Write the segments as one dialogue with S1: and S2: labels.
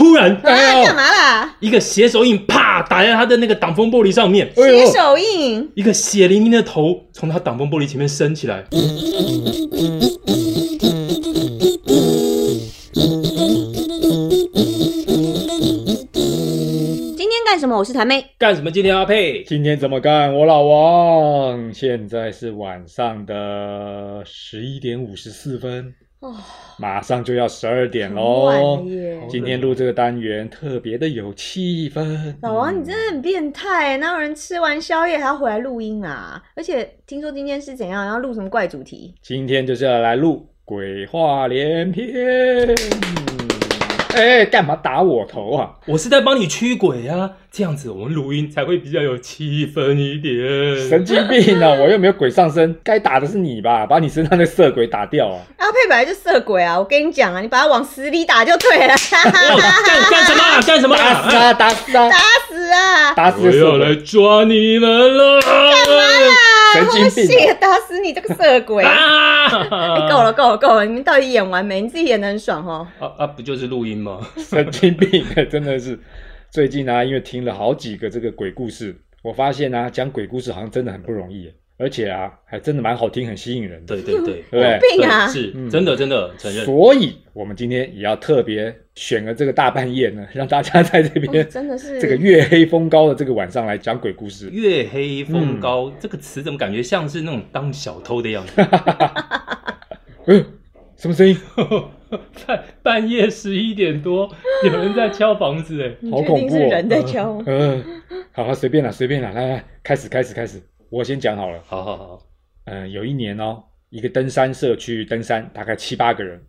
S1: 然，
S2: 哎
S3: 啊，干嘛啦？
S1: 一个血手印啪打在他的那个挡风玻璃上
S2: 呃
S1: 面，哎
S3: 血
S1: 呦，
S3: 手印，
S1: 一个血淋淋的头从他挡风玻璃前面升起来。
S3: 今天干什么？我是谭妹，
S1: 干什么？今天阿佩
S2: 今天怎么干？我老王，现在是晚上的十一点五十四分，
S3: 哦，
S2: 马上就要十二点
S3: 很晚了
S2: 喽。
S3: 耶。
S2: 今天录这个单元特别的有气氛。
S3: 老王，你真的很变态，哪有人吃完宵夜还要回来录音啊？而且听说今天是怎样，要录什么怪主题？
S2: 今天就是要来录鬼话连篇。哎，干嘛打我头啊？
S1: 我是在帮你驱鬼啊，这样子我们录音才会比较有气氛一点。
S2: 神经病啊！我又没有鬼上身，该打的是你吧？把你身上的色鬼打掉啊！
S3: 阿佩本来就色鬼啊，我跟你讲啊，你把他往死里打就对了，
S1: 要哦干干什么啊？干什么啊？
S2: 打死
S3: 打
S2: 啊！打死啊！
S3: 死啊！
S2: 打死
S1: 我
S2: 色
S1: 要
S2: 鬼
S1: 来！抓你们了！
S2: 神经病啊
S3: 谢打死你这个色 鬼！哎、
S1: 啊
S2: 哎
S3: 够了，够了，够了！你们到底演完没？你自己演的很爽哦。
S1: 啊啊！不就是录音 吗？
S2: 神经病，真的是。最近啊，因为听了好几个这个鬼故事，我发现啊，讲鬼故事好像真的很不容易，而且啊，还真的蛮好听，很吸引人的。
S1: 对对对，
S2: 对不对
S3: 有病啊
S1: 对是
S2: 嗯
S1: 真的真的承认。
S2: 所以，我们今天也要特别选个这个大半夜呢，让大家在这
S3: 哦
S2: 边、
S3: 真的是
S2: 这个月黑风高的这个晚上来讲鬼故事。
S1: 月黑
S2: 嗯
S1: 风高、这个词怎么感觉像是那种当小偷的样子？
S2: 嗯，什么声音？
S1: 半半夜十一点多，有人在敲房子哎。
S3: 你
S2: 好
S3: 确
S2: 恐
S3: 定
S2: 怖
S3: 是
S2: 哦
S3: 人在敲吗？
S2: 呃，好了，随便了，随便了，来来，开始，开始，开始，我先讲好了。
S1: 好好好，
S2: 嗯、有一年哦，一个登山社去登山，大概七八个人，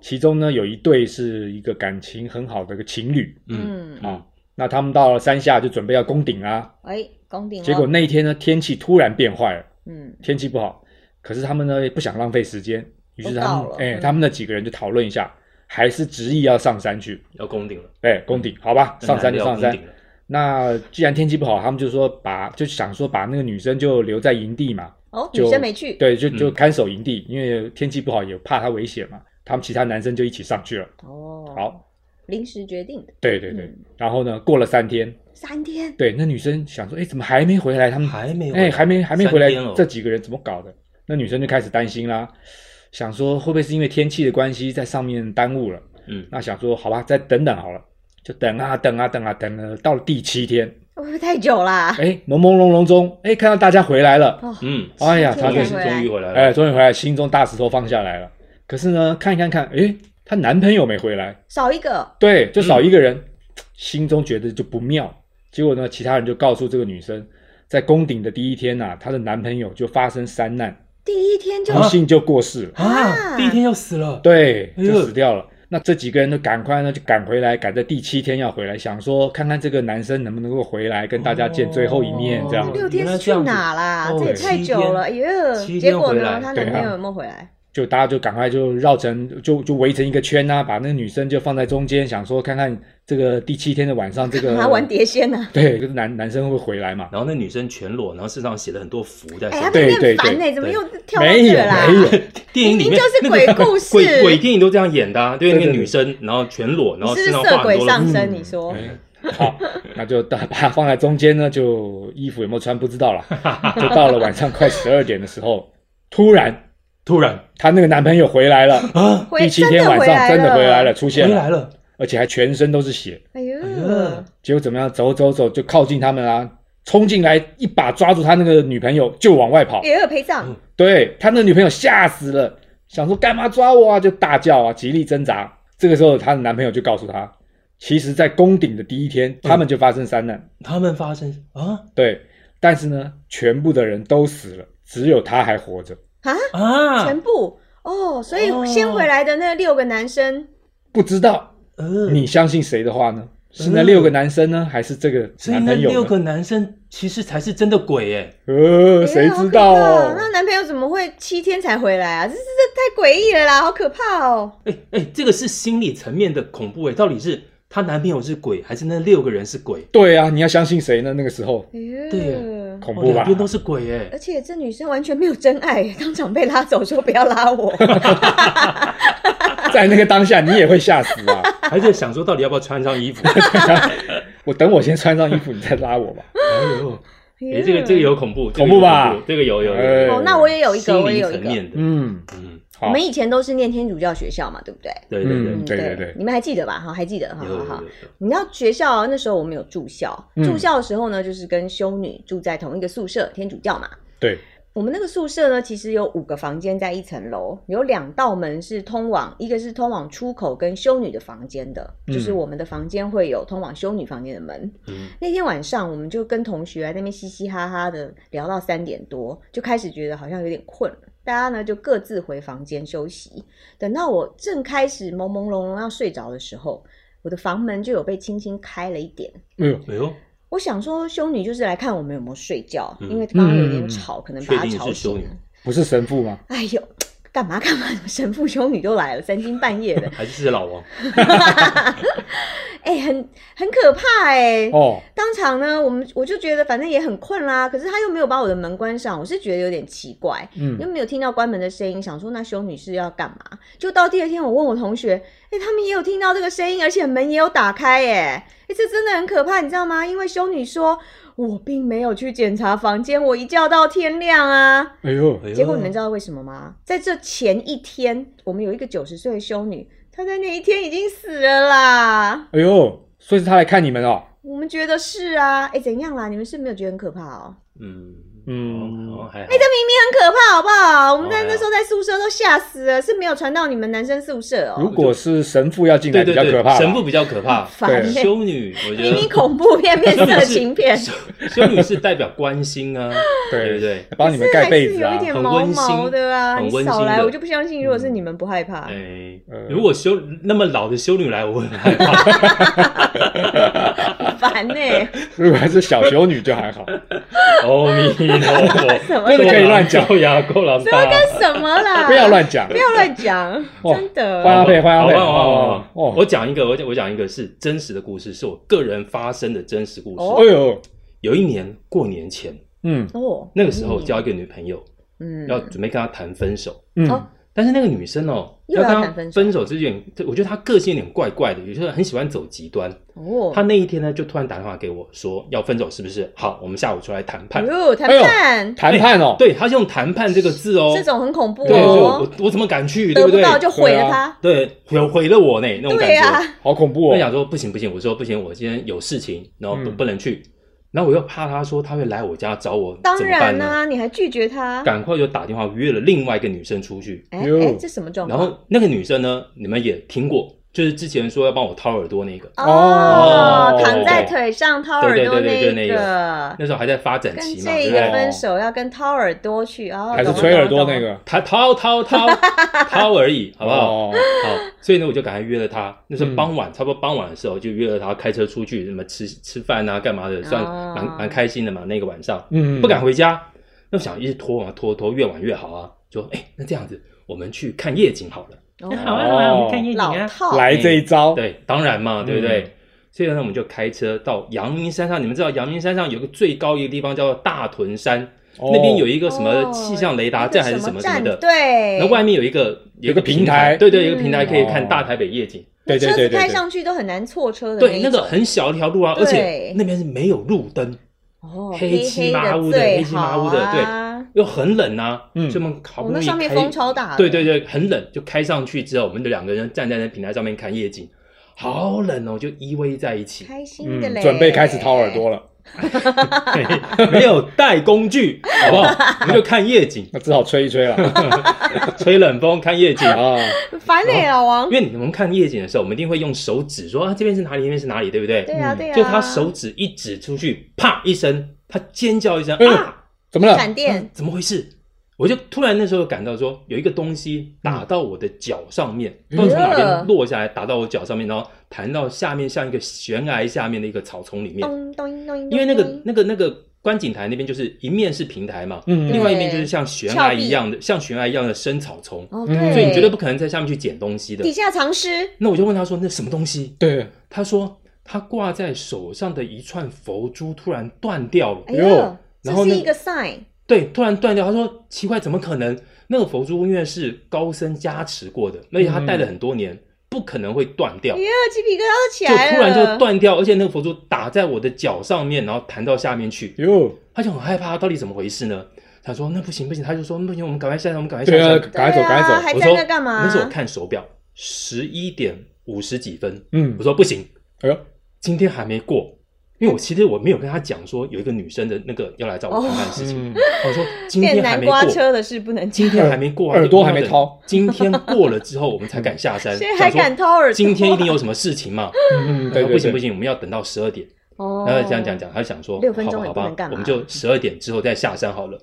S2: 其中呢有一对是一个感情很好的一个情侣
S1: 嗯，
S3: 嗯，
S2: 啊、那他们到了山下就准备要攻顶啦，
S3: 哎、攻顶了。
S2: 结果那一天呢天气突然变坏了，
S3: 嗯，
S2: 天气不好，可是他们呢也不想浪费时间，于是
S3: 都
S2: 他
S3: 到
S2: 们
S3: 了
S2: 哎、
S3: 嗯
S2: 他们那几个人就讨论一下，还是执意要上山去，
S1: 要攻顶了，
S2: 哎，攻顶，好吧，上山就
S1: 要
S2: 上
S1: 攻
S2: 山
S1: 顶。了。
S2: 那既然天气不好，他们就说把就想说把那个女生就留在营地嘛，
S3: 哦，
S2: 就
S3: 女生没去。，
S2: 对，就就
S1: 嗯
S2: 看守营地，因为天气不好也怕他危险嘛。他们其他男生就一起上去了。
S3: 哦，
S2: 好，
S3: 临时决定的。
S2: 对对对。
S3: 嗯
S2: 然后呢，过了三天，
S3: 三天，
S2: 对，那女生想说，哎，怎么还没回来？他们
S1: 还没有回来，
S2: 哎，还没还没回来
S1: 三天了，
S2: 这几个人怎么搞的？那女生就开始担心啦，想说会不会是因为天气的关系在上面耽误了？
S1: 嗯，
S2: 那想说好吧，再等等好了，就等啊等啊等啊等了，到了第七天，
S3: 会不会太久啦？
S2: 哎，朦朦胧胧中，哎，看到大家回来了，
S3: 哦，
S1: 嗯，
S2: 哎呀，
S3: 七
S2: 他
S3: 天
S2: 就
S1: 终于
S3: 回
S2: 是
S3: 来
S1: 终于回来了，
S2: 哎，终于回来，心中大石头放下来了。可是呢，看一看看，哎，她男朋友没回来，
S3: 少一个。
S2: 对，就少一个人，心中觉得就不妙。结果呢，其他人就告诉这个女生，在宫顶的第一天呐、啊她的男朋友就发生山难，
S3: 第一天就
S2: 不幸就过世了，
S1: 啊，
S3: 啊
S1: 第一天要死了，
S2: 对，
S1: 哎呦
S2: 就死掉了。那这几个人都赶快呢，就赶回来，赶在第七天要回来，想说看看这个男生能不能够回来跟大家见最后一面，这样、
S1: 哦
S3: 六天是去哪啦？
S1: 原来这样子
S3: 这也太久了，
S1: 哦
S3: 哎呦！
S1: 七天
S3: 结果
S1: 七天回来
S3: 呢，她男朋
S2: 对
S3: 友
S2: 啊
S3: 有没有回来？
S2: 就大家就赶快就绕成就就围成一个圈呐、把那个女生就放在中间，想说看看这个第七天的啊晚上这个
S3: 她玩碟仙啊呢？
S2: 对，就是男男生会不会回来嘛？
S1: 然后那女生全裸，然后身上写了很多符在身
S3: 哎，她
S1: 上。
S3: 真的很
S2: 对对
S3: 烦呢，
S2: 对
S3: 怎么
S1: 对
S3: 又跳到
S2: 没有
S3: 这啦？
S2: 没有，
S1: 电影里面
S3: 明明就是
S1: 那
S3: 鬼
S1: 个
S3: 故事
S1: 鬼鬼电影都这样演的、啊，对，
S2: 对
S1: 那个
S2: 对
S1: 女生然后全裸，然
S3: 你
S1: 后
S3: 是
S1: 身
S3: 不
S1: 上
S3: 是色
S1: 画很
S3: 鬼
S1: 多
S3: 上
S1: 的。
S3: 身？
S2: 嗯
S3: 你说，
S2: 好，那就把它放在中间呢，就衣服有没有穿不知 道了。就到了晚上快十二点的时候，突然
S1: 突然
S2: 她那个男朋友回来了，
S1: 啊，
S3: 回
S2: 第七天晚上真的回来了，。出
S1: 回
S2: 现了，
S1: 来了，
S2: 而且还全身都是血。
S3: 哎呦，
S1: 呦
S2: 结果怎么样？走走走，就靠近他们啊，冲进来一把抓住他那个女朋友，就往外跑。
S3: 也有哎陪葬，
S2: 对他那个女朋友吓死了，想说干嘛抓我啊，就大叫啊，极力挣扎。这个时候，她的男朋友就告诉她，其实，在宫顶的第一天，他们就发生山难。
S1: 他们发生啊
S2: 对，但是呢，全部的人都死了，只有他还活着。
S1: 啊，
S3: 全部哦。所以
S1: 哦
S3: 先回来的那六个男生，
S2: 不知道
S1: 呃，
S2: 你相信谁的话呢？是那
S1: 嗯
S2: 六个男生呢，还是这个
S1: 所以
S2: 男
S1: 那
S2: 朋
S1: 六
S2: 友呢？
S1: 个男生其实才是真的鬼哎、
S2: 呃，
S3: 哎
S2: 谁
S3: 好
S2: 知
S3: 可
S2: 道
S3: 怕
S2: 哦？
S3: 那男朋友怎么会七天才回来啊？这这这太诡异了啦，好可怕哦！
S1: 哎、哎、这个是心理层面的恐怖哎、到底是她男朋友是鬼，还是那六个人是鬼？
S2: 对啊，你要相信谁呢？那个时候
S3: 哎呦
S1: 对
S2: 恐
S1: 哦
S2: 怖
S1: 两
S2: 吧？
S1: 边都是鬼哎、
S3: 而且这女生完全没有真爱， 当场被拉走，说不要拉我。哎
S2: 在那个当下，你也会吓死啊！
S1: 还在想说到底要不要穿上衣服。
S2: 哎我等我先穿上衣服，你再拉我吧。
S1: 哎呦，哎，这个这个有恐怖，这个
S2: 恐怖
S1: 有
S2: 吧
S1: 这个有有
S2: 哎
S1: 有，
S3: 哦，那我也有一个，
S1: 心
S3: 我
S1: 灵
S3: 也有一
S1: 层
S3: 个。
S1: 面的，
S2: 嗯，
S1: 嗯，
S3: 我
S2: 好
S3: 们，以前都是念天主教学校嘛，对不对？
S1: 对对对，
S2: 嗯对对对
S3: 你们还记得吧？哈，还记得，哈
S1: 有有
S3: 哈
S1: 有
S3: 哈。
S1: 有
S3: 你知道学校啊那时候我们有住校，
S2: 嗯
S3: 住校的时候呢，就是跟修女住在同一个宿舍，天主教嘛。
S2: 对，
S3: 我们那个宿舍呢，其实有五个房间在一层楼，有两道门是通往，一个是通往出口跟修女的房间的，
S2: 嗯
S3: 就是我们的房间会有通往修女房间的门。
S1: 嗯，
S3: 那天晚上，我们就跟同学在那边嘻嘻哈哈的聊到三点多，就开始觉得好像有点困了。大家呢就各自回房间休息。等到我正开始朦朦胧胧要睡着的时候，我的房门就有被轻轻开了一点。
S2: 哎呦，
S1: 哎呦，
S3: 我想说，修女就是来看我们有没有睡觉，
S1: 嗯
S3: 因为刚刚有点吵，可能把她
S1: 确定
S3: 吵
S1: 是修
S3: 醒
S1: 女，
S3: 了。
S2: 不是神父吗？
S3: 哎呦，干嘛干嘛， 神父修女都来了，三更半夜的
S1: 还是老王，
S3: 哎、很很可怕哎、
S2: 哦，
S3: 当场呢，我们我就觉得反正也很困啦，可是他又没有把我的门关上，我是觉得有点奇怪，又
S2: 嗯，
S3: 没有听到关门的声音，想说那修女是要干嘛？就到第二天，我问我同学，哎、他们也有听到这个声音，而且门也有打开、耶哎、这真的很可怕，你知道吗？因为修女说我并没有去检查房间，我一觉到天亮啊。
S2: 哎呦，
S1: 哎呦
S3: 结果你们知道为什么吗？在这前一天，我们有一个九十岁的修女，她在那一天已经死了啦。
S2: 哎呦，所以是他来看你们哦。
S3: 我们觉得是啊，哎，怎样啦？你们是没有觉得很可怕哦？
S1: 嗯
S2: 嗯
S1: 哦，哦还好，
S3: 你很可怕，好不好？我们在
S1: 哦
S3: 那时候在宿舍都吓死了，是没有传到你们男生宿舍
S2: 如
S3: 哦。
S2: 果是神父要进来
S1: 对
S2: 比
S1: 啊对
S2: 较可怕
S1: 对，
S2: 吧，
S1: 神父比较可怕，
S3: 烦
S2: 对
S3: 欸
S1: 啊修女我觉
S3: 明
S1: 得
S3: 明恐怖片变色情片，
S1: 修 修女是代表关心啊，对不
S2: 对，
S1: 对？
S2: 帮你们
S3: 还
S2: 盖被
S3: 是有
S2: 子
S3: 一
S2: 啊。
S3: 点
S1: 很
S3: 毛
S1: 温馨
S3: 毛的啊。
S1: 很
S3: 你
S1: 温馨
S3: 少来，
S1: 的
S3: 我就不相信。如果是你们不害怕，
S1: 哎
S2: 呃，
S1: 如果修那么老的修女来，我会很害 怕。
S3: 烦呢、欸
S2: 如果是小修女就 还好，
S1: 阿弥陀佛，
S3: 什么
S2: 那个可以 乱
S1: 讲呀，够狼
S3: 什么跟什么啦？
S2: 不要，乱讲
S3: 不。要乱讲，
S2: 哦
S3: 真的。
S2: 换阿佩，换阿
S1: 好
S2: 佩。
S1: 吧，好
S2: 哦
S1: 吧，
S2: 哦，
S1: 我讲一个，我讲我讲一个是真实的故事，是我个人发生的真实故
S3: 哦
S1: 事。
S2: 哎呦，
S1: 有一年过年前，
S2: 嗯
S3: 哦，
S1: 那个时候
S3: 嗯
S1: 交一个女朋友，
S3: 嗯
S1: 要准备跟她谈分手，
S2: 嗯
S3: 哦，
S1: 但是那个女生哦，
S3: 又要
S1: 跟她
S3: 谈分手
S1: 分手之前，我觉得她个性有点怪怪的，有些人很喜欢走极端。
S3: 哦，
S1: 她那一天呢，就突然打电话给我说要分手，是不是？好，我们下午出来谈判。
S3: 哟，谈
S2: 哎呦
S3: 判、
S2: 谈判哦，
S1: 对，她是用谈判这个字哦，
S3: 这种很恐怖
S1: 对，就
S3: 哦
S1: 我，我怎么敢去，对
S3: 得
S1: 不
S3: 不
S1: 对？
S3: 到就毁了
S2: 对
S3: 他
S2: 啊。
S1: 对，毁毁了我呢那种感
S3: 对啊
S1: 觉。
S3: 呀、
S2: 好恐怖
S1: 我想
S2: 哦。
S1: 说不行不行，我说不行，我今天有事情，然后不、
S2: 嗯
S1: 不能去，然后我又怕他说他会来我家找我，
S3: 当
S1: 怎么
S3: 然啊
S1: 办
S3: 啦、
S1: 呢？
S3: 你还拒绝他？
S1: 赶快就打电话约了另外一个女生出去，
S3: 哎
S2: 哟
S3: 哎，这什么状
S1: 然
S3: 况？
S1: 后那个女生呢，你们也听过，就是之前说要帮我掏耳朵那个，
S3: 哦
S2: 哦，
S3: 躺在腿上掏耳朵
S1: 对对对对
S3: 那
S1: 对那
S3: 个，
S1: 那时候还在发展
S3: 跟
S1: 期嘛，
S3: 这
S1: 对不
S3: 个
S1: 对？
S3: 分手要跟掏耳朵去哦，
S2: 还是
S3: 懂了
S2: 吹耳朵
S3: 懂了
S2: 那个，
S1: 他掏掏掏 掏而已，好不好？
S2: 哦？
S1: 好，所以呢，我就赶快约了他。那是
S2: 嗯
S1: 傍晚，差不多傍晚的时候就约了他，开车出去什么吃吃饭啊，干嘛的，算
S3: 哦
S1: 蛮蛮开心的嘛。那个晚上
S2: 嗯，
S1: 不敢回家，那我想一直拖啊拖拖，越晚越好啊。说哎、那这样子，我们去看夜景好了。
S3: 懂了
S2: 好啊好啊我们看夜
S1: 夜
S3: 老。套
S2: 来这一招。
S1: 对，当然嘛，对不对？
S2: 嗯
S1: 所以呢，我们就开车到阳明山上。你们知道阳明山上有个最高一个地方叫做大屯山，
S2: 哦
S1: 那边有一个什么
S3: 哦
S1: 气象雷达
S3: 一个
S1: 站还是什
S3: 什
S1: 么什
S3: 站
S1: 么的。
S3: 对，
S1: 那外面有一个有
S2: 有个平台
S1: 对对，有个平台
S3: 嗯
S1: 可以看大台北夜景。
S2: 对对
S3: 车
S2: 对
S3: 子
S2: 对
S3: 开
S2: 对，
S3: 上去都很难错车的
S1: 对，那
S3: 一
S1: 个
S3: 种
S1: 很小一条路啊，
S3: 对
S1: 而且那边是没有路灯，
S3: 哦
S1: 黑
S3: 黑
S1: 漆麻
S3: 黑
S1: 乌的
S3: 的最
S1: 黑漆麻乌
S3: 好
S1: 的
S3: 啊
S1: 又很冷啊，
S2: 嗯
S1: 所以我们好
S3: 哦
S1: 不容
S3: 那
S1: 易
S3: 上面
S1: 开
S3: 风超大的
S1: 对对对，很冷，就开上去之后，我们就两个人站在那平台上面看夜景，好冷哦，就依偎在一 起，
S3: 开心的
S2: 嗯
S3: 嘞，，
S2: 准备开始掏耳朵了，
S1: 没有带工具，好不好？我们就看夜景，
S2: 那只好吹一吹了
S1: 吹冷风看夜 景。
S2: 啊。
S3: 烦嘞，老王
S1: 因。为你们看夜景的时候，我们一定会用手指说啊，这边是哪里，那边是哪里，对不对？
S3: 对啊，对啊，
S1: 就他手指一指出去，啪一声，他尖叫一声
S2: 哎呦
S1: 啊！
S2: 怎么了？
S3: 闪电，
S1: 怎么回事？我就突然那时候感到说，有一个东西打到我的脚上面，不知道从哪边落下来，打到我脚上面，然后弹到下面，像一个悬崖下面的一个草丛里面。
S3: 咚咚咚咚，
S1: 嗯因为那个
S3: 咚
S1: 那个那个观景台那边就是一面是平台嘛，
S2: 嗯
S1: 另外一面就是像悬崖一样的，像悬崖一样的深草丛，
S3: 哦，
S2: 嗯
S3: 对，
S1: 所以你绝对不可能在下面去捡东西的
S3: 底。下藏尸，
S1: 那我就问他说：“那什么东西
S2: 对，？”哎
S1: 他说：“他挂在手上的一串佛珠突然断掉了。”
S3: 哎
S2: 呦
S3: 呦，这
S1: 然后
S3: 是
S1: 那
S3: 一个 sign，
S1: 对，突然断掉。他说
S3: 嗯
S1: 奇怪，怎么可能？那个佛珠因为是高僧加持过的，而且他戴了很多年，不不可能会断掉
S3: 哎，呀，鸡皮疙瘩都起
S1: 就
S3: 来了，
S1: 突然就断掉，而且那个佛珠打在我的脚上面，然后弹到下面去，
S2: 哟，
S1: 他就很害怕，到底怎么回事呢？他说那不行不行，他就说那不行，我们赶快下山，我们赶快下
S2: 对啊，
S1: 山。
S2: 赶快走，
S3: 对啊
S2: 赶快
S3: 还
S2: 走。
S1: 我
S3: 在
S1: 说
S3: 那干嘛
S1: 那时候我看手表，十一点五十几分，
S2: 嗯
S1: 我，说不行，
S2: 哎呦，
S1: 今天还没过，因为我其实我没有跟他讲说有一个女生的那个要来找我谈判的事情，
S2: 嗯，
S1: 我说今
S3: 哦变
S1: 天还
S3: 南
S1: 没过嗯
S3: 瓜，车的事不能讲
S1: 今，天还没过，
S2: 耳朵
S1: 还
S2: 还没掏，
S1: 今天过了之后我们才敢下 山，
S3: 谁还
S1: 想说
S3: 敢掏耳朵？
S1: 今天一定有什么事情嘛？
S2: 嗯，
S1: 他
S2: 对
S1: 说
S2: 对
S1: 不行不
S2: 行，
S1: 行，我们要等到十二点。
S3: 哦，
S1: 然后这样呃讲讲，他就想说，
S3: 六分
S1: 好
S3: 钟
S1: 吧
S3: 也
S1: 好
S3: 不能
S1: 吧
S3: 干，嘛
S1: 我们就十二点之后再下山好了。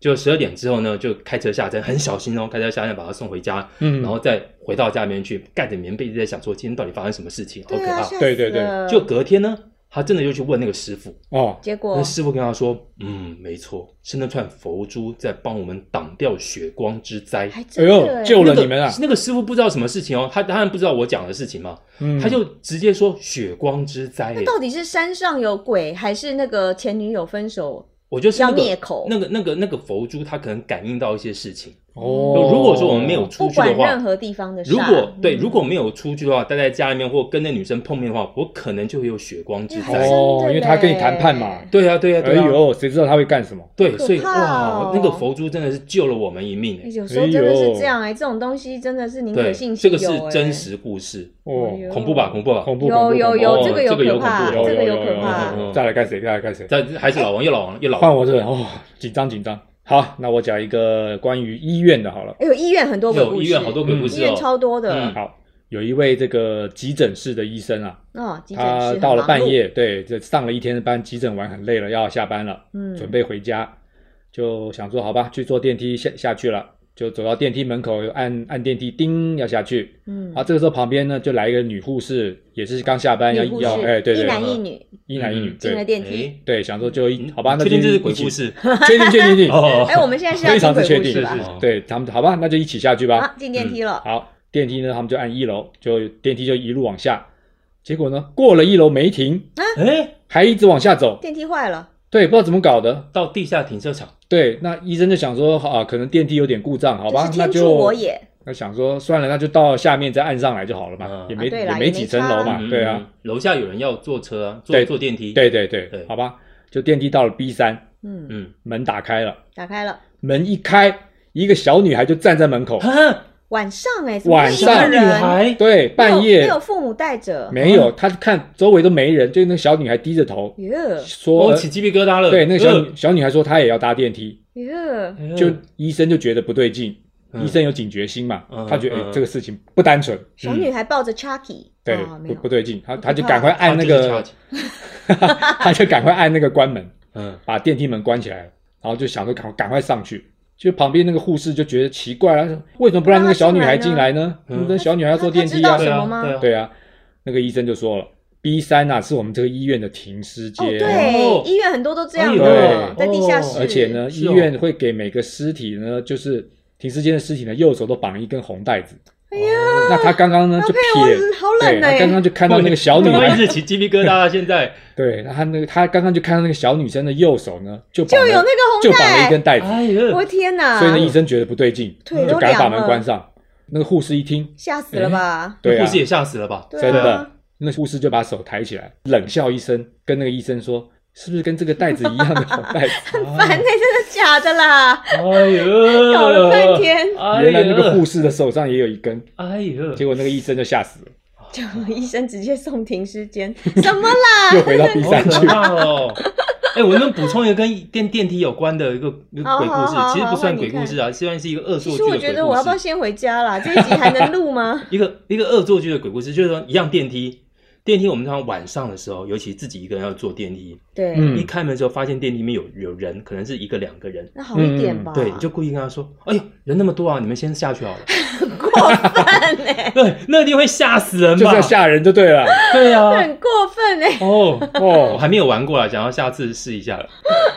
S1: 就十二点之后呢，就开车下山，很小心哦，开车下山把他送回家，
S2: 嗯，
S1: 然后再回到家里面去，盖着棉被一直在想说今天到底发生什么事情，好可
S3: 对啊，
S1: 怕。
S3: 吓
S2: 对对
S3: 死
S2: 对
S3: 了
S1: 就隔天呢，他真的就去问那个师傅，
S2: 哦，
S3: 结果
S1: 那师傅跟他说，嗯，没错，是那串佛珠在帮我们挡掉血光之灾。
S3: 还
S2: 哎
S3: 真的
S2: 呦，
S3: 欸
S2: 救了
S1: 那个
S2: 你们啊！
S1: 那个师傅不知道什么事情哦，他当然不知道我讲的事情嘛，
S2: 嗯，
S1: 他就直接说血光之灾、欸。
S3: 到底是山上有鬼，还是那个前女友分手？
S1: 我就是那
S3: 要灭
S1: 个
S3: 口
S1: 那个那个那个佛珠，它可能感应到一些事情。
S2: 哦，
S1: 如果说我们没有出
S3: 不
S1: 去的
S3: 管任
S1: 话，
S3: 何地方的煞，
S1: 如果对
S3: 嗯
S1: 如果没有出去的话，待在家里面或跟那女生碰面的话，我可能就会有血光之
S3: 还真
S1: 灾。
S3: 的
S2: 哦，因为他跟你谈判嘛
S3: 嘞，
S1: 对呀对呀啊
S2: 哎
S1: 对呀，
S2: 呦，谁知道他会干什么？
S1: 对，
S3: 可怕
S1: 所以
S3: 哦
S1: 哇，那个佛珠真的是救了我们一命
S3: 哎
S1: 哎。
S3: 有时候真
S2: 哎
S3: 的
S2: 呦
S3: 是这样哎，这种东西真的是宁可
S1: 对
S3: 信，其
S1: 这
S3: 有
S1: 个是
S3: 哎。
S1: 真实故事，
S2: 哦
S3: 哎，呦
S1: 恐怖吧？恐怖吧？
S2: 恐怖，恐
S3: 有
S2: 怖
S3: 有
S1: 哦
S3: 有，
S2: 恐怖
S3: 这个
S1: 这个有
S3: 可怕，
S1: 恐怖
S3: 这个
S2: 有
S3: 可怕。
S1: 有有
S2: 再来看谁？再来看谁？
S1: 但还是老王，又老王，又老
S2: 换
S1: 王。
S2: 我这个哦，紧张紧张。好，那我讲一个关于医院的好了。
S3: 哎呦，医院很多鬼故
S1: 有
S3: 事，
S1: 医院好多鬼故
S3: 医
S1: 事
S3: 院
S1: 哦。
S3: 超多的
S1: 嗯，
S2: 好，有一位这个急诊室的医生啊，
S3: 嗯，急诊室
S2: 他
S3: 很
S2: 到了
S3: 忙
S2: 半
S3: 碌，
S2: 夜，对，这上了一天的班，急诊完很累了，要下班了，
S3: 嗯，
S2: 准备回家，就想说好吧，去坐电梯下下去了，就走到电梯门口，按按电梯，叮，要下去。
S3: 嗯，
S2: 啊，这个时候旁边呢就来一个女护士，也是刚下班要
S3: 女护
S2: 要
S3: 士
S2: 哎，对对，
S3: 一男
S2: 嗯
S3: 一女
S2: 一男一女，
S3: 进了
S2: 对
S3: 电梯。
S1: 哎，
S2: 对，想说就一好吧，那
S1: 确定
S2: 就
S1: 这是
S2: 一
S1: 鬼
S2: 起
S1: 故， 事？
S2: 确定确定确定，
S1: 哦
S3: 哎，我们现在是要
S2: 非
S3: 听
S2: 常之
S3: 鬼
S2: 确
S3: 故
S2: 定
S3: 事
S1: 是
S3: 吧
S1: 是？
S2: 对他们好吧，那就一起下去吧。
S3: 啊，进电梯了，
S2: 好，电梯呢，他们就按一楼，就电梯就一路往下。结果呢，过了一楼没停，
S1: 哎，
S2: 还一直往下走。
S3: 电梯坏了，
S2: 对，不知道怎么搞的。
S1: 到地下停车场。
S2: 对，那医生就想说啊，可能电梯有点故障，好吧
S3: 真，是
S2: 那
S3: 天助
S2: 就
S3: 我也。
S2: 那想说算了，那就到下面再按上来就好了嘛，
S1: 嗯
S2: 也没
S3: 啊对啦
S2: 也没几层楼嘛，
S1: 嗯
S2: 对啊，，
S1: 楼下有人要坐车啊，坐
S2: 对
S1: 坐电梯。，
S2: 对对对，
S1: 对
S2: 好吧，就电梯到了 B 三，
S3: 嗯，
S1: 嗯，
S2: 门打开了，
S3: 打开了，
S2: 门一开，一个小女孩就站在门口，
S1: 哈，
S3: 晚上哎，怎么会
S2: 晚
S3: 一
S2: 上
S3: 个
S1: 小女
S3: 人
S1: 孩，
S2: 对，半夜
S3: 没有父母带着，
S1: 嗯
S2: 没有，她看周围都没人，就那个小女孩低着头
S3: 哟
S2: 说
S1: 我，起呃鸡皮疙瘩了。
S2: 对，那个小女小女孩说她也要搭电梯，
S3: 哟，
S1: 呃
S2: 就医生就觉得不对劲，
S1: 嗯
S2: 医生有警觉心嘛，
S1: 嗯
S2: 他觉得、
S1: 嗯
S2: 诶这个事情不单纯，
S3: 小女孩抱着 Chucky，
S2: 对，
S3: 啊没
S2: 不
S3: 有
S2: 不对劲，他
S3: 不
S2: 他就
S3: 怕
S2: 赶快按那
S1: 她
S2: 个
S1: 就是，
S2: 他就赶快按那个关门，
S1: 嗯，
S2: 把电梯门关起来了，然后就想说赶赶快上去。就旁边那个护士就觉得奇怪了，她说为什么不让那个小女孩进来呢？
S1: 嗯
S2: 那小女孩要坐电梯
S3: 她
S2: 啊
S1: 对
S3: 知道。什
S1: 啊
S3: 么吗，
S1: 对啊，
S2: 对啊，那个医生就说了，B 三啊是我们这个医院的停尸
S3: 哦，
S2: 间，
S1: 哦
S3: 对，医院很多都这样
S2: 哎
S3: 的
S2: 呦，
S3: 在地下室，
S2: 而且呢，医
S1: 是哦
S2: 院会给每个尸体呢，就是停尸间的尸体呢，右手都绑一根红带子。
S3: 哎呀，
S2: 那他刚刚呢
S3: 搭
S2: 就
S3: 配
S2: 瞥，
S3: 我好
S2: 对，
S3: 冷
S2: 他刚
S3: 哎，
S2: 刚就看到那个小女
S1: 我也
S2: 孩，
S1: 是起鸡皮疙瘩啊。现 在，
S2: 对，他那个他刚刚就看到那个小女生的右手呢，就
S3: 就
S2: 绑
S3: 有那
S2: 了
S3: 个
S2: 就
S3: 红
S2: 绑了一
S3: 带，
S2: 根带子，
S1: 哎呀，
S3: 我天哪，
S2: 所以呢，医生觉得不对劲，
S3: 啊腿
S2: 就
S3: 都
S2: 赶快把
S3: 凉
S2: 门关
S3: 了，
S2: 上。那个护士一听，
S3: 吓死了吧？
S2: 对啊
S1: 护，士也吓死了吧？
S3: 对啊
S2: 真的，那护士就把手抬起来，冷笑一声，跟那个医生说：“是不是跟这个袋子一样的红带子？”
S3: 烦哎，真的假的 啦？
S1: 哎呀，
S3: 搞了半，天，
S1: 哎
S2: 原来那个
S1: 呀，
S2: 护士的手上也有一根，
S1: 哎呀，
S2: 结果那个医生就 吓死了，
S3: 就医生直接送停尸 间，什么啦？
S2: 又回到 B
S1: 好
S2: 三
S1: 可
S2: 去。
S1: 怕哦。哎，我能补充一个跟电电梯有关的一个一个
S3: 好
S1: 鬼故
S3: 好好
S1: 事，其实
S3: 好
S1: 不算
S3: 你
S1: 鬼故
S3: 看
S1: 事啊，虽然是一个恶作剧
S3: 其实
S1: 的
S3: 我
S1: 鬼
S3: 觉得我要不
S1: 故
S3: 要
S1: 事。
S3: 先回家啦？这一集还能录吗？
S1: 一个一个恶作剧的鬼故事，就是说一样电梯，电梯我们通常晚上的时候，尤其自己一个人要坐电梯，
S3: 对，
S2: 嗯
S1: 一开门的时候发现电梯里面有有人，可能是一个两个人，
S3: 那好一点
S2: 嗯
S3: 吧。
S1: 对，你就故意跟他说：“哎呦，人那么多啊，你们先下去好了。
S3: 过分哎、”
S1: 对，那一定会吓死人
S2: 就是
S1: 吧
S2: 要？吓人就对了。
S1: 对啊，
S3: 很过分 哎、
S1: 哦。我
S2: 哦，
S1: 还没有玩过啊，想要下次试一下了。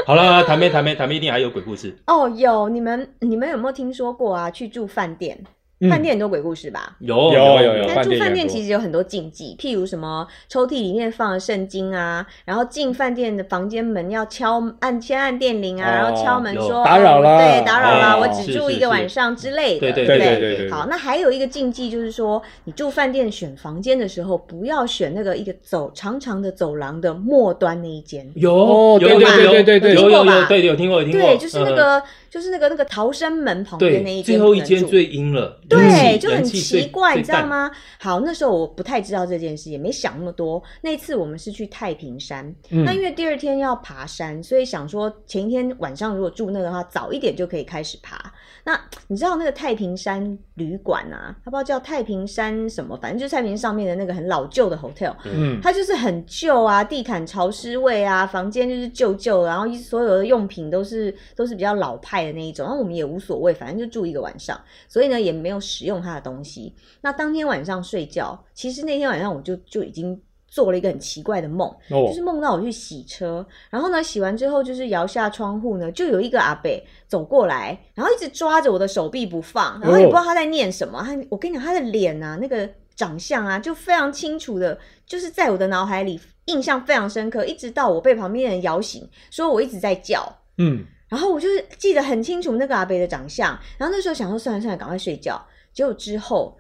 S1: 好了，谈妹谈妹谈妹一定还有鬼故事。
S3: 哦，有你们你们有没有听说过啊？去住饭店，
S2: 嗯
S3: 饭店很多鬼故事吧？
S1: 有
S2: 有有有
S3: 但住饭
S2: 饭店
S3: 店
S2: 也很多
S3: 其实有很多禁忌，譬如什么抽屉里面放了圣经啊，然后进饭店的房间门要敲按先按电铃啊，
S2: 哦
S3: 然后敲门
S1: 有
S3: 说
S2: 打扰啦
S3: 对，打扰啦，
S2: 哦
S3: 我只住
S1: 是
S3: 一个
S1: 是
S3: 晚上之类的，
S1: 对
S3: 对
S1: 对
S2: 对
S3: 不
S2: 对
S1: 对
S2: 对对，
S3: 好，那还有一个禁忌就是说，你住饭店选房间的时候，不要选那个一个走长长的走廊的末端那一间。
S1: 有
S2: 哦
S1: 有有
S2: 对吧
S1: 有
S2: 对对对
S1: 有
S3: 有
S1: 有
S3: 听过吧
S1: 有对有听过有听过，
S3: 对，就是那
S1: 嗯
S3: 个，就是那个那个逃生门旁边那
S1: 对
S3: 一
S1: 最
S3: 间
S1: 后
S3: 不
S1: 一
S3: 能
S1: 间
S3: 住，
S1: 最阴了，
S3: 对，
S1: 人气
S3: 就很
S1: 人气最
S3: 奇怪，你知道？
S1: 最淡
S3: 吗？好，那时候我不太知道这件事，也没想那么多。那次我们是去太平山，
S2: 嗯
S3: 那因为第二天要爬山，所以想说前一天晚上如果住那个的话，早一点就可以开始爬。那你知道那个太平山旅馆啊，它不知道叫太平山什么，反正就是太平山上面的那个很老旧的 hotel，
S2: 嗯
S3: 它就是很旧啊，地毯潮湿味啊，房间就是旧旧的，然后所有的用品都是都是比较老派的那一种。然后我们也无所谓，反正就住一个晚上，所以呢也没有使用它的东西。那当天晚上睡觉，其实那天晚上我就就已经做了一个很奇怪的梦，
S2: 哦
S3: 就是梦到我去洗车，然后呢洗完之后就是摇下窗户呢，就有一个阿伯走过来，然后一直抓着我的手臂不放，然后也不知道他在念什么。他我跟你讲，他的脸啊，那个长相啊，就非常清楚的，就是在我的脑海里印象非常深刻，一直到我被旁边的人摇醒，说我一直在叫。
S2: 嗯，
S3: 然后我就是记得很清楚那个阿伯的长相，然后那时候想说算了算了，赶快睡觉。结果之后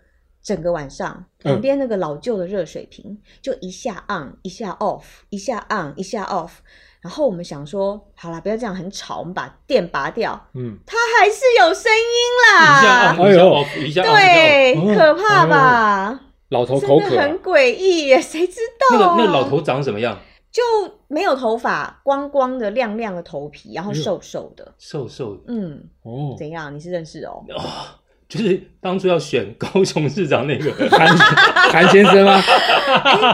S3: 整个晚上，
S2: 嗯
S3: 旁边那个老旧的热水瓶、就一下 on 一下 off，一下 on 一下 off。然后我们想说，好啦，不要这样很吵，我们把电拔掉，
S2: 嗯，
S3: 它还是有声
S1: 一
S3: 音
S1: 下
S3: 啦。
S1: 啊，
S2: 哎
S1: 一下
S2: 呦
S1: 哦，一下啊
S3: 对，
S2: 哦
S3: 可怕吧？
S2: 老头
S3: 真
S2: 口
S3: 的
S2: 渴啊
S3: 很，诡异耶，谁知
S1: 那
S3: 道、
S1: 个
S3: 啊
S1: 那个老头长什么样？
S3: 就没有头发，光光的、亮亮的头皮，
S1: 哎
S3: 然后瘦瘦的。
S1: 瘦瘦 的
S3: 嗯，
S2: 哦，
S3: 怎样？你是认识哦？
S1: 哦，就是当初要选高雄市长那个，
S2: 韩韩先生 吗？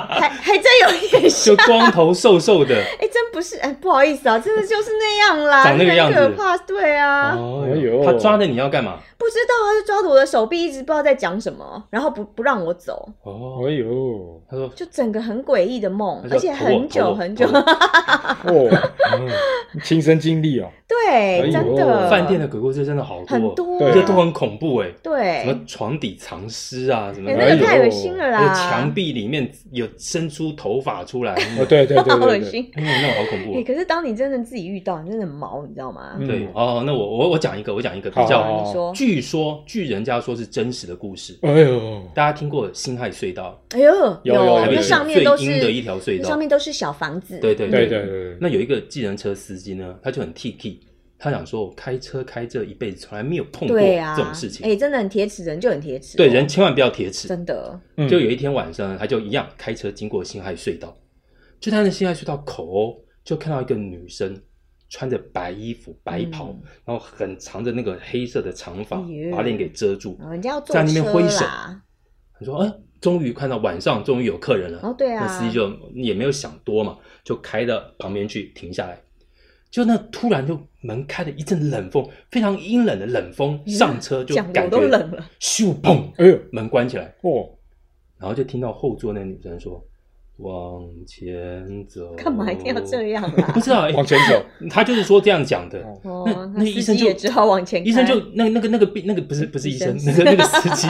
S3: 还还真有一点像
S1: 就，光头瘦瘦的，
S3: 哎、真不是，哎、不好意思啊，真的就是那样啦，
S1: 长那个样子
S3: 很可怕，对啊，
S1: 哦
S2: 哎呦
S1: 他抓着你要干嘛？
S3: 不知道啊，就抓着我的手臂，一直不知道在讲什么，然后不不让我走，
S1: 哦，
S2: 哎呦，
S1: 他说
S3: 就整个很诡异的梦
S1: 他，说
S3: 而且很
S1: 投
S3: 久
S1: 我
S3: 很久
S1: 投，我
S2: 哦，亲身经历哦，哎
S3: 对，
S2: 呦
S3: 真的，
S1: 饭店的鬼故事真的好多哦，
S3: 很多、
S2: 对
S1: 这都
S3: 啊，
S1: 很恐怖哎，
S3: 对，
S1: 什么床底藏尸啊，什么
S3: 哎
S1: 的
S3: 那
S2: 哎
S3: 个
S2: 呦
S3: 太恶心了
S1: 那
S3: 啦，
S1: 个墙壁里面有伸出头发出 来，
S2: 哦，对对
S3: 好
S2: 对
S3: 恶
S2: 对对，
S3: 心。
S1: 嗯，那个好恐怖
S3: 哎、
S1: 哦。
S3: 可是当你真的自己遇到，你真的很毛，你知道吗？
S2: 嗯
S1: 对哦，那我我我讲一个，我讲一个比
S2: 好
S1: 较，哦
S2: 好
S3: 啊你说，
S1: 据说据人家说是真实的故事，
S2: 哎呦，
S1: 大家听过辛亥隧道？
S3: 哎呦，
S2: 有有有
S3: 那上面都
S1: 最阴的一
S3: 是，
S1: 条隧
S3: 那
S1: 道，
S3: 上面都是小房子，
S1: 对对
S2: 对对对对，
S1: 那有一个计程车司机呢，他就很 T K，他想说，我开车开这一辈子从来没有碰过
S3: 对啊，
S1: 这种事情。
S3: 哎、真的很铁齿，人就很铁齿、哦
S1: 对人千万不要铁齿。
S3: 真的，
S2: 嗯
S1: 就有一天晚上呢，他就一样开车经过辛亥隧道，就在那辛亥隧道口哦，就看到一个女生穿着白衣服、白袍，
S3: 嗯
S1: 然后很长的那个黑色的长发
S3: 哎，呦嗯
S1: 把脸给遮住。
S3: 人家要坐
S1: 在那边
S3: 车
S1: 挥手
S3: 啦。
S1: 他说：“哎，终于看到晚上，终于有客人了。”
S3: 哦，对啊，
S1: 那司机就也没有想多嘛，就开到旁边去停下来。就那突然就门开了一阵冷风，非常阴冷的冷风，
S3: 嗯
S1: 上车就
S3: 讲的我
S1: 感觉
S3: 都冷了。
S1: 咻砰，
S2: 哎呦，
S1: 门关起来，
S2: 哦，
S1: 然后就听到后座那女生说：“往前走。”
S3: 干嘛一定要这
S1: 样？
S3: 样 啦
S1: 不？知道，
S2: 往
S1: 哎
S2: 前走，
S1: 他就是说这样讲的。
S2: 哦
S3: 哦，
S1: 那
S3: 司
S1: 医生
S3: 机
S1: 就
S3: 也只好往前开，
S1: 医生就那那个那个病那个不是不是医
S3: 医
S1: 生
S3: 生，
S1: 那个那个司 机，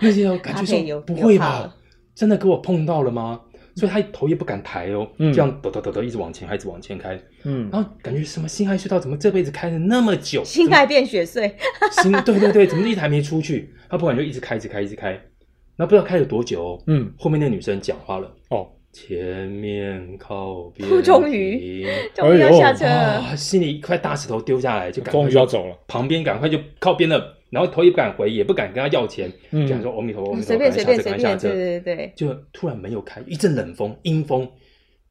S1: 那些感觉
S3: 搭配有
S1: 说不会
S3: 有怕
S1: 吧
S3: 了，
S1: 真的给我碰到了吗？所以他头也不敢抬哦，
S2: 嗯
S1: 这样抖抖抖抖一直往前开，一直往前开，
S2: 嗯，
S1: 然后感觉什么辛亥隧道怎么这辈子开了那么久，
S3: 心爱变雪碎，
S1: 心对对对，怎么一直还没出去？他不管就一直开，一直开，一直开，那不知道开了多久哦。
S2: 嗯，
S1: 后面那女生讲话了，
S2: 哦，
S1: 前面靠边
S3: 哭 终于
S1: 停
S3: 终于要下车了。
S1: 啊，心里一块大石头丢下来，就赶快
S2: 哦终于要走了，
S1: 旁边赶快就靠边了，然后头也不敢回，也不敢跟他要钱，
S2: 嗯
S1: 讲说阿弥陀佛，阿弥陀
S3: 随
S1: 佛，赶
S3: 便
S1: 快
S3: 随
S1: 下车，赶快下
S3: 便随便，对
S1: 车。
S3: 对对，
S1: 就突然门又开，一阵冷风，阴风，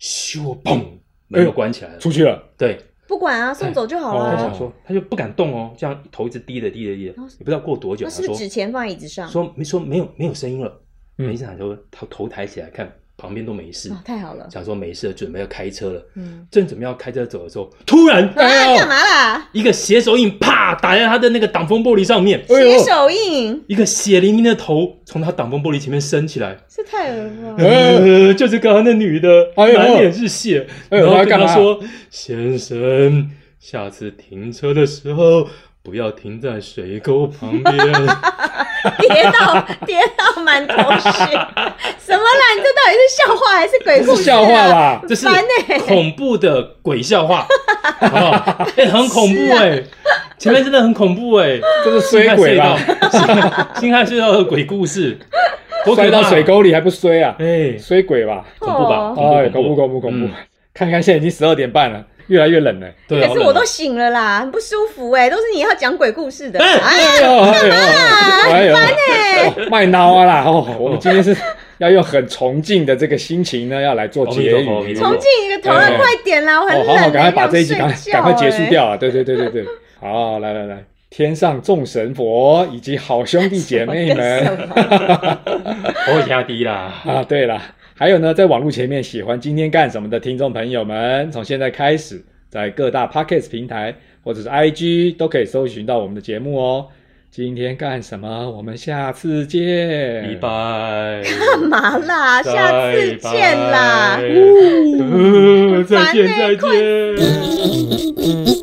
S1: 咻砰，门又关起来了。
S2: 嗯出去 了，
S1: 对，
S3: 不管啊，送走就好
S1: 他
S2: 哎
S1: 想
S3: 啦
S2: 哦。
S1: 说，他就不敢动哦，这样头一直低的低的低的，
S3: 然后
S1: 也不知道过多久，
S3: 哦
S1: 他
S3: 那是不
S1: 说
S3: 是纸钱放在椅子上？
S1: 说没说没有没有声音了，
S2: 嗯
S1: 没想说他头抬起来看旁边都没事，
S3: 哦，太好了，
S1: 想说没事了，准备要开车了，
S3: 嗯，
S1: 正准备要开车走的时候，突然
S3: 啊，
S2: 哎
S3: 干嘛啦？
S1: 一个斜手印啪打在他的那个挡风玻璃上面，
S2: 哎
S3: 写
S2: 呦，
S3: 手印，
S1: 一个血淋淋的头从他挡风玻璃前面伸起来，
S3: 这太恶 了吧
S2: 哎？
S1: 呃，就是刚刚那女的，
S2: 哎呦
S1: 满脸是血，
S2: 哎
S1: 然
S2: 呦
S1: 后
S2: 她
S1: 跟
S2: 干
S1: 他
S2: 嘛
S1: 说：“先生，下次停车的时候不要停在水沟旁边。
S3: 跌到跌到满头是，什么啦？你这到底是笑话还是鬼故事、
S2: 这
S3: 啊？
S2: 是笑话 啦，
S1: 这是
S3: 烦欸
S1: 恐怖的鬼笑话，好不好？哎、很恐怖哎、
S2: 啊
S1: 前面真的很恐怖哎、
S2: 这 是
S1: 新
S2: 衰
S1: 海
S2: 鬼
S1: 隧
S2: 吧？
S1: 道，新海隧道的鬼故事，多可
S2: 摔到
S1: 怕
S2: 水，沟里还不衰啊？
S1: 哎、
S2: 衰鬼吧？
S1: 恐怖吧？
S3: 哦
S2: 哎，恐怖恐怖恐怖！看看现在已经十二点半了，越来越冷 了。
S1: 对啊，
S3: 可是我都醒了啦，很不舒服哎、都是你要讲鬼故事的。
S1: 哎
S3: 哎
S2: 哎呦哎呦哎呦！哦卖孬啊啦！哦， 我们今天是要用很崇敬的这个心情呢，要来做结
S1: 阿弥陀佛阿弥
S2: 语。
S1: 陀
S3: 重
S1: 佛
S3: 进一个头啊，
S2: 哎
S3: 快点啦！我很
S2: 哦，
S3: 冷、
S2: 好
S3: 欸，
S2: 好，赶快把
S3: 想
S2: 这一集
S3: 睡
S2: 赶
S3: 觉
S2: 赶快结束
S3: 哎
S2: 掉啊！对对对对对，好，来来来，天上众神佛以及好
S3: 欸
S2: 兄弟姐妹们。
S1: 我压低啦。
S2: 啊，对了，还有呢，在网络前面喜欢今天干什么的听众朋友们，从现在开始，在各大 podcast 平台或者是 IG 都可以搜寻到我们的节目哦。今天干什么？我们下次见，
S1: 礼拜，
S3: 干嘛
S2: 哎
S3: 啦？ 下次见啦！
S1: 拜拜。呃再见，再
S3: 很烦欸
S1: 见。
S3: 嗯